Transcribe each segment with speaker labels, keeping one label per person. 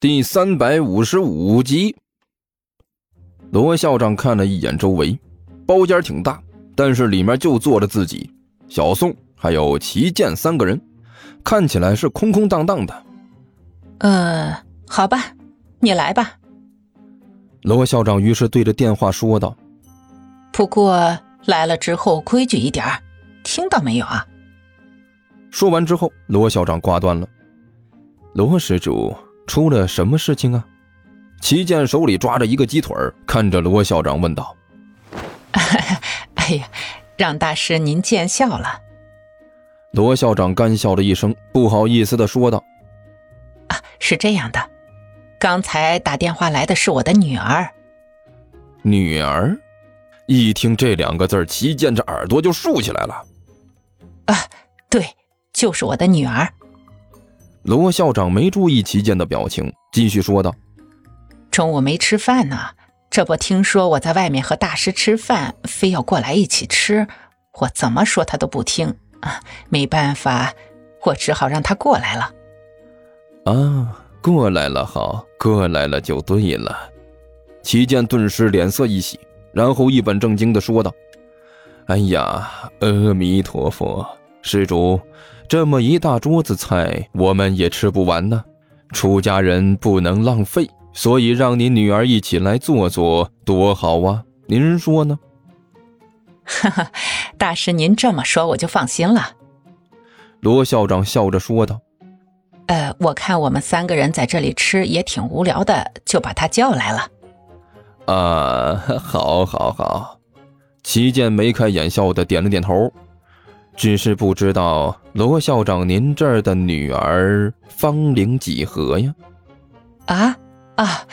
Speaker 1: 第三百五十五集，罗校长看了一眼周围，包间挺大，但是里面就坐着自己、小宋还有齐健三个人，看起来是空空荡荡的。
Speaker 2: 呃，好吧，你来吧。
Speaker 1: 罗校长于是对着电话说道
Speaker 2: 不过来了之后规矩一点儿，听到没有啊？：“
Speaker 1: 说完之后，罗校长挂断了。”罗施主出了什么事情啊？齐健手里抓着一个鸡腿儿，看着罗校长问道。
Speaker 2: 哎呀，让大师您见笑了。
Speaker 1: 罗校长干笑了一声，不好意思的说道。
Speaker 2: 是这样的，刚才打电话来的是我的女儿。
Speaker 1: 女儿，一听这两个字儿，齐健这耳朵就竖起来了。
Speaker 2: 对，就是我的女儿。
Speaker 1: 罗校长没注意齐健的表情，继续说道
Speaker 2: 中午没吃饭呢，这不听说我在外面和大师吃饭，非要过来一起吃，我怎么说他都不听啊，没办法，我只好让他过来了。：“
Speaker 1: 啊，过来了，好，过来了就对了。”齐健顿时脸色一喜，然后一本正经的说道：“哎呀，阿弥陀佛，施主，这么一大桌子菜，我们也吃不完呢。出家人不能浪费，所以让您女儿一起来坐坐，多好啊！您说呢？”
Speaker 2: 大师您这么说我就放心了。
Speaker 1: 罗校长笑着说道
Speaker 2: 呃，我看我们三个人在这里吃也挺无聊的，就把他叫来了。：“
Speaker 1: 啊， 好，好，好。”齐健眉开眼笑的点了点头，只是不知道罗校长您这儿的女儿芳龄几何呀？
Speaker 2: 啊啊，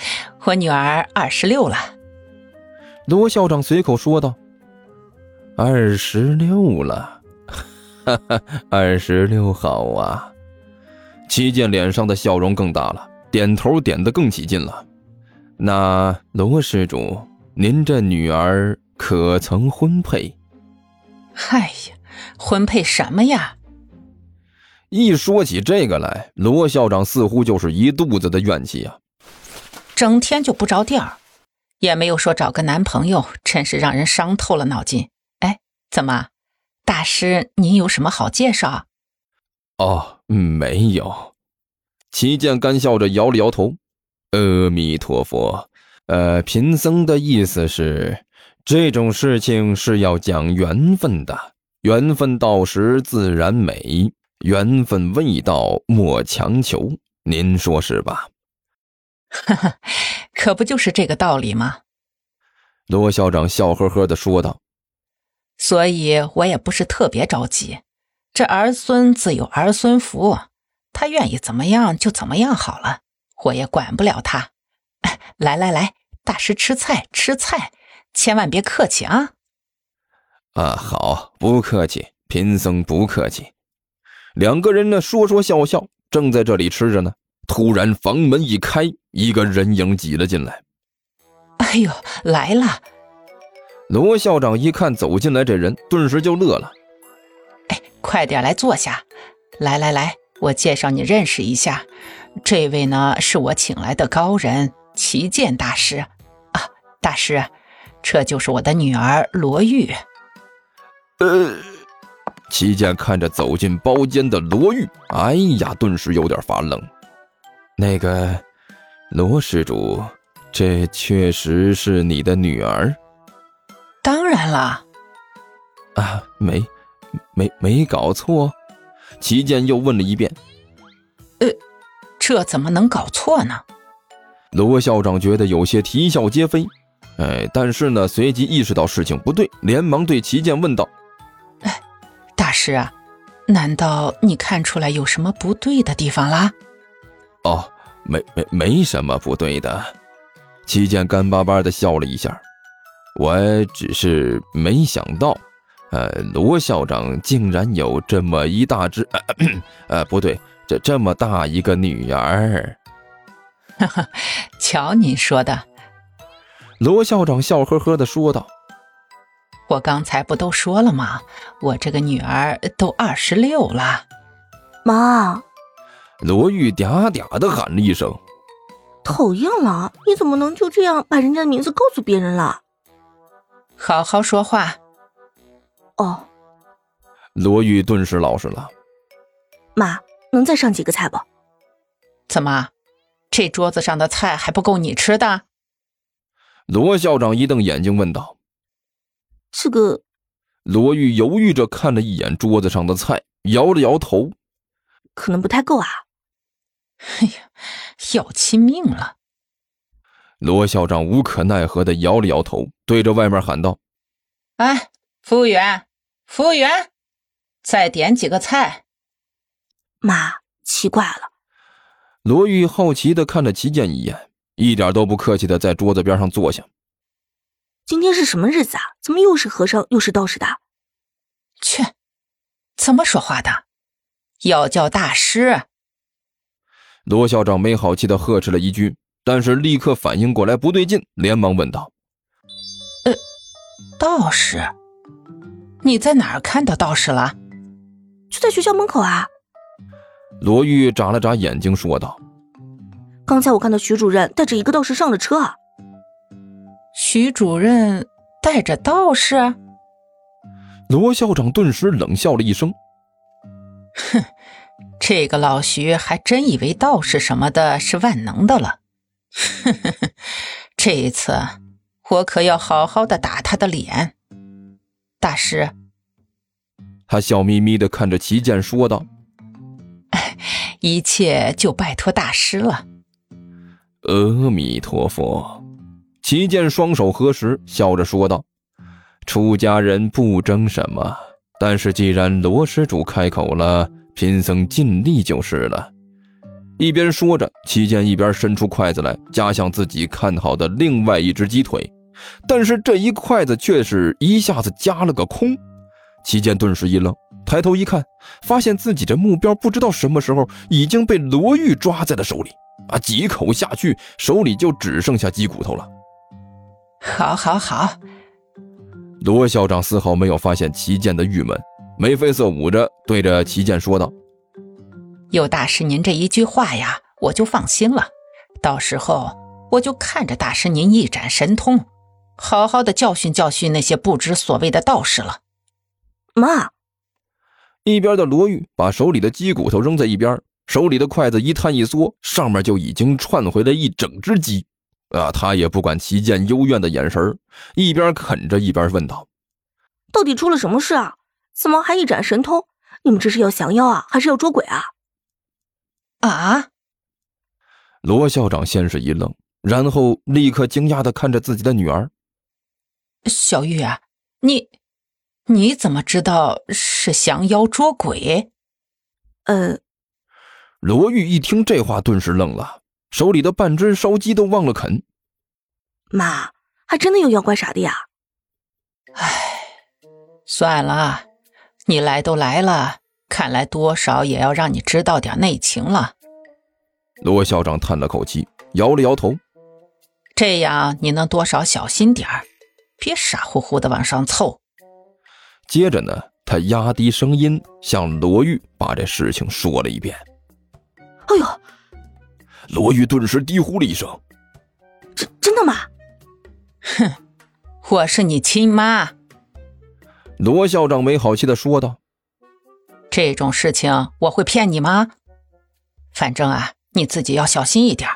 Speaker 2: 我女儿二十六了。
Speaker 1: 罗校长随口说道：“二十六了，哈哈，二十六好啊。”齐健脸上的笑容更大了，点头点得更起劲了。那罗施主，您这女儿可曾婚配？
Speaker 2: 嗨哎呀，婚配什么呀？
Speaker 1: 一说起这个来，罗校长似乎就是一肚子的怨气啊。
Speaker 2: 整天就不着调儿，也没有说找个男朋友，真是让人伤透了脑筋。哎，怎么，大师您有什么好介绍？
Speaker 1: 哦，没有。齐健干笑着摇了摇头。阿弥陀佛，呃，贫僧的意思是，这种事情是要讲缘分的，缘分到时自然美，缘分未到莫强求，您说是吧？
Speaker 2: 可不就是这个道理吗？
Speaker 1: 罗校长笑呵呵地说道
Speaker 2: 所以我也不是特别着急，这儿孙自有儿孙福，他愿意怎么样就怎么样好了，我也管不了他。 哎来来来，大师吃菜吃菜，千万别客气啊！：“
Speaker 1: 啊，好，不客气，贫僧不客气。”两个人呢说说笑笑，正在这里吃着呢，突然房门一开，一个人影挤了进来。
Speaker 2: 哎呦，来了！
Speaker 1: 罗校长一看走进来这人，顿时就乐了。
Speaker 2: 快点来坐下。来来来，我介绍你认识一下，这位呢是我请来的高人齐剑大师啊，大师，这就是我的女儿罗玉。
Speaker 1: 齐健呃看着走进包间的罗玉，哎呀，顿时有点发冷。那个，罗施主，这确实是你的女儿
Speaker 2: 当然了，
Speaker 1: 啊？没，没，没搞错。齐健又问了一遍。
Speaker 2: 这怎么能搞错呢？
Speaker 1: 罗校长觉得有些啼笑皆非，哎，但是呢，随即意识到事情不对，连忙对齐健问道：“
Speaker 2: 大师啊，难道你看出来有什么不对的地方啦？
Speaker 1: 哦，没没没什么不对的。齐健干巴巴的笑了一下，我只是没想到，呃，罗校长竟然有这么一大只， 呃，咳呃不对，这这么大一个女儿。
Speaker 2: 瞧你说的，
Speaker 1: 罗校长笑呵呵的说道
Speaker 2: 我刚才不都说了吗？我这个女儿都二十六了。
Speaker 3: 妈，：“
Speaker 1: 罗玉嗲嗲的喊了一声，
Speaker 3: 讨厌了，你怎么能就这样把人家的名字告诉别人啦？
Speaker 2: 好好说话。
Speaker 3: 哦，
Speaker 1: 罗玉顿时老实了。
Speaker 3: 妈，能再上几个菜不？
Speaker 2: 怎么，这桌子上的菜还不够你吃的？
Speaker 1: 罗校长一瞪眼睛问道。
Speaker 3: 这个
Speaker 1: 罗玉犹豫着看了一眼桌子上的菜，摇了摇头。
Speaker 3: 可能不太够啊。
Speaker 2: 哎呀，要亲命了！
Speaker 1: 罗校长无可奈何的摇了摇头，对着外面喊道：“
Speaker 2: 哎，服务员，服务员，再点几个菜。”
Speaker 3: 妈，奇怪了。
Speaker 1: 罗玉好奇的看了齐健一眼，一点都不客气的在桌子边上坐下。
Speaker 3: 今天是什么日子啊？怎么又是和尚又是道士的？
Speaker 2: 去，怎么说话的？要叫大师。
Speaker 1: 罗校长没好气的呵斥了一句，但是立刻反应过来不对劲，连忙问道：“
Speaker 2: 呃，道士？你在哪儿看到道士了？”
Speaker 3: 就在学校门口啊。
Speaker 1: 罗玉眨了眨眼睛说道：“
Speaker 3: 刚才我看到徐主任带着一个道士上了车啊。”
Speaker 2: 徐主任带着道士，
Speaker 1: 罗校长顿时冷笑了一声：“
Speaker 2: 哼，这个老徐还真以为道士什么的是万能的了。 这一次我可要好好的打他的脸。”大师，
Speaker 1: 他笑眯眯的看着齐健说道：“
Speaker 2: 一切就拜托大师了。”
Speaker 1: 阿弥陀佛。齐健双手合十，笑着说道：“出家人不争什么，但是既然罗施主开口了，贫僧尽力就是了。”一边说着，齐健一边伸出筷子来夹向自己看好的另外一只鸡腿，但是这一筷子却是一下子夹了个空。齐健顿时一愣，抬头一看，发现自己这目标不知道什么时候已经被罗玉抓在了手里，啊，几口下去，手里就只剩下鸡骨头了。
Speaker 2: 好，好，好！
Speaker 1: 罗校长丝毫没有发现齐健的郁闷，眉飞色舞着对着齐健说道：“
Speaker 2: 有大师您这一句话呀，我就放心了。到时候我就看着大师您一展神通，好好的教训教训那些不知所谓的道士了。”
Speaker 3: 妈，
Speaker 1: 一边的罗玉把手里的鸡骨头扔在一边，手里的筷子一探一缩，上面就已经串回来一整只鸡。啊，他也不管齐健幽怨的眼神一边啃着一边问道：“
Speaker 3: 到底出了什么事啊？怎么还一展神通？你们这是要降妖啊，还是要捉鬼啊？”
Speaker 2: 啊！
Speaker 1: 罗校长先是一愣，然后立刻惊讶的看着自己的女儿：“
Speaker 2: 小玉啊，你你怎么知道是降妖捉鬼？”
Speaker 3: 呃，
Speaker 1: 罗玉一听这话，顿时愣了。手里的半只烧鸡都忘了啃，
Speaker 3: 妈，还真的有妖怪啥的呀？
Speaker 2: 唉，算了，你来都来了，看来多少也要让你知道点内情了。
Speaker 1: 罗校长叹了口气，摇了摇头，
Speaker 2: 这样你能多少小心点儿，别傻乎乎的往上凑。
Speaker 1: 接着呢，他压低声音向罗玉把这事情说了一遍。
Speaker 3: 哎呦！
Speaker 1: 罗玉顿时低呼了一声：“
Speaker 3: 真真的吗？”“
Speaker 2: 哼，我是你亲妈。”
Speaker 1: 罗校长没好气的说道：“
Speaker 2: 这种事情我会骗你吗？反正啊，你自己要小心一点。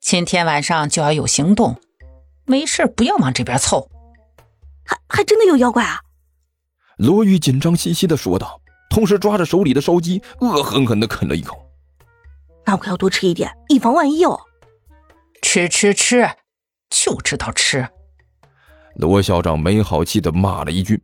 Speaker 2: 今天晚上就要有行动，没事不要往这边凑。
Speaker 3: 还”“还还真的有妖怪啊！”
Speaker 1: 罗玉紧张兮兮的说道，同时抓着手里的烧鸡，恶狠狠的啃了一口。
Speaker 3: 那我可要多吃一点，以防万一哦。
Speaker 2: 吃吃吃，就知道吃！
Speaker 1: 罗校长没好气的骂了一句，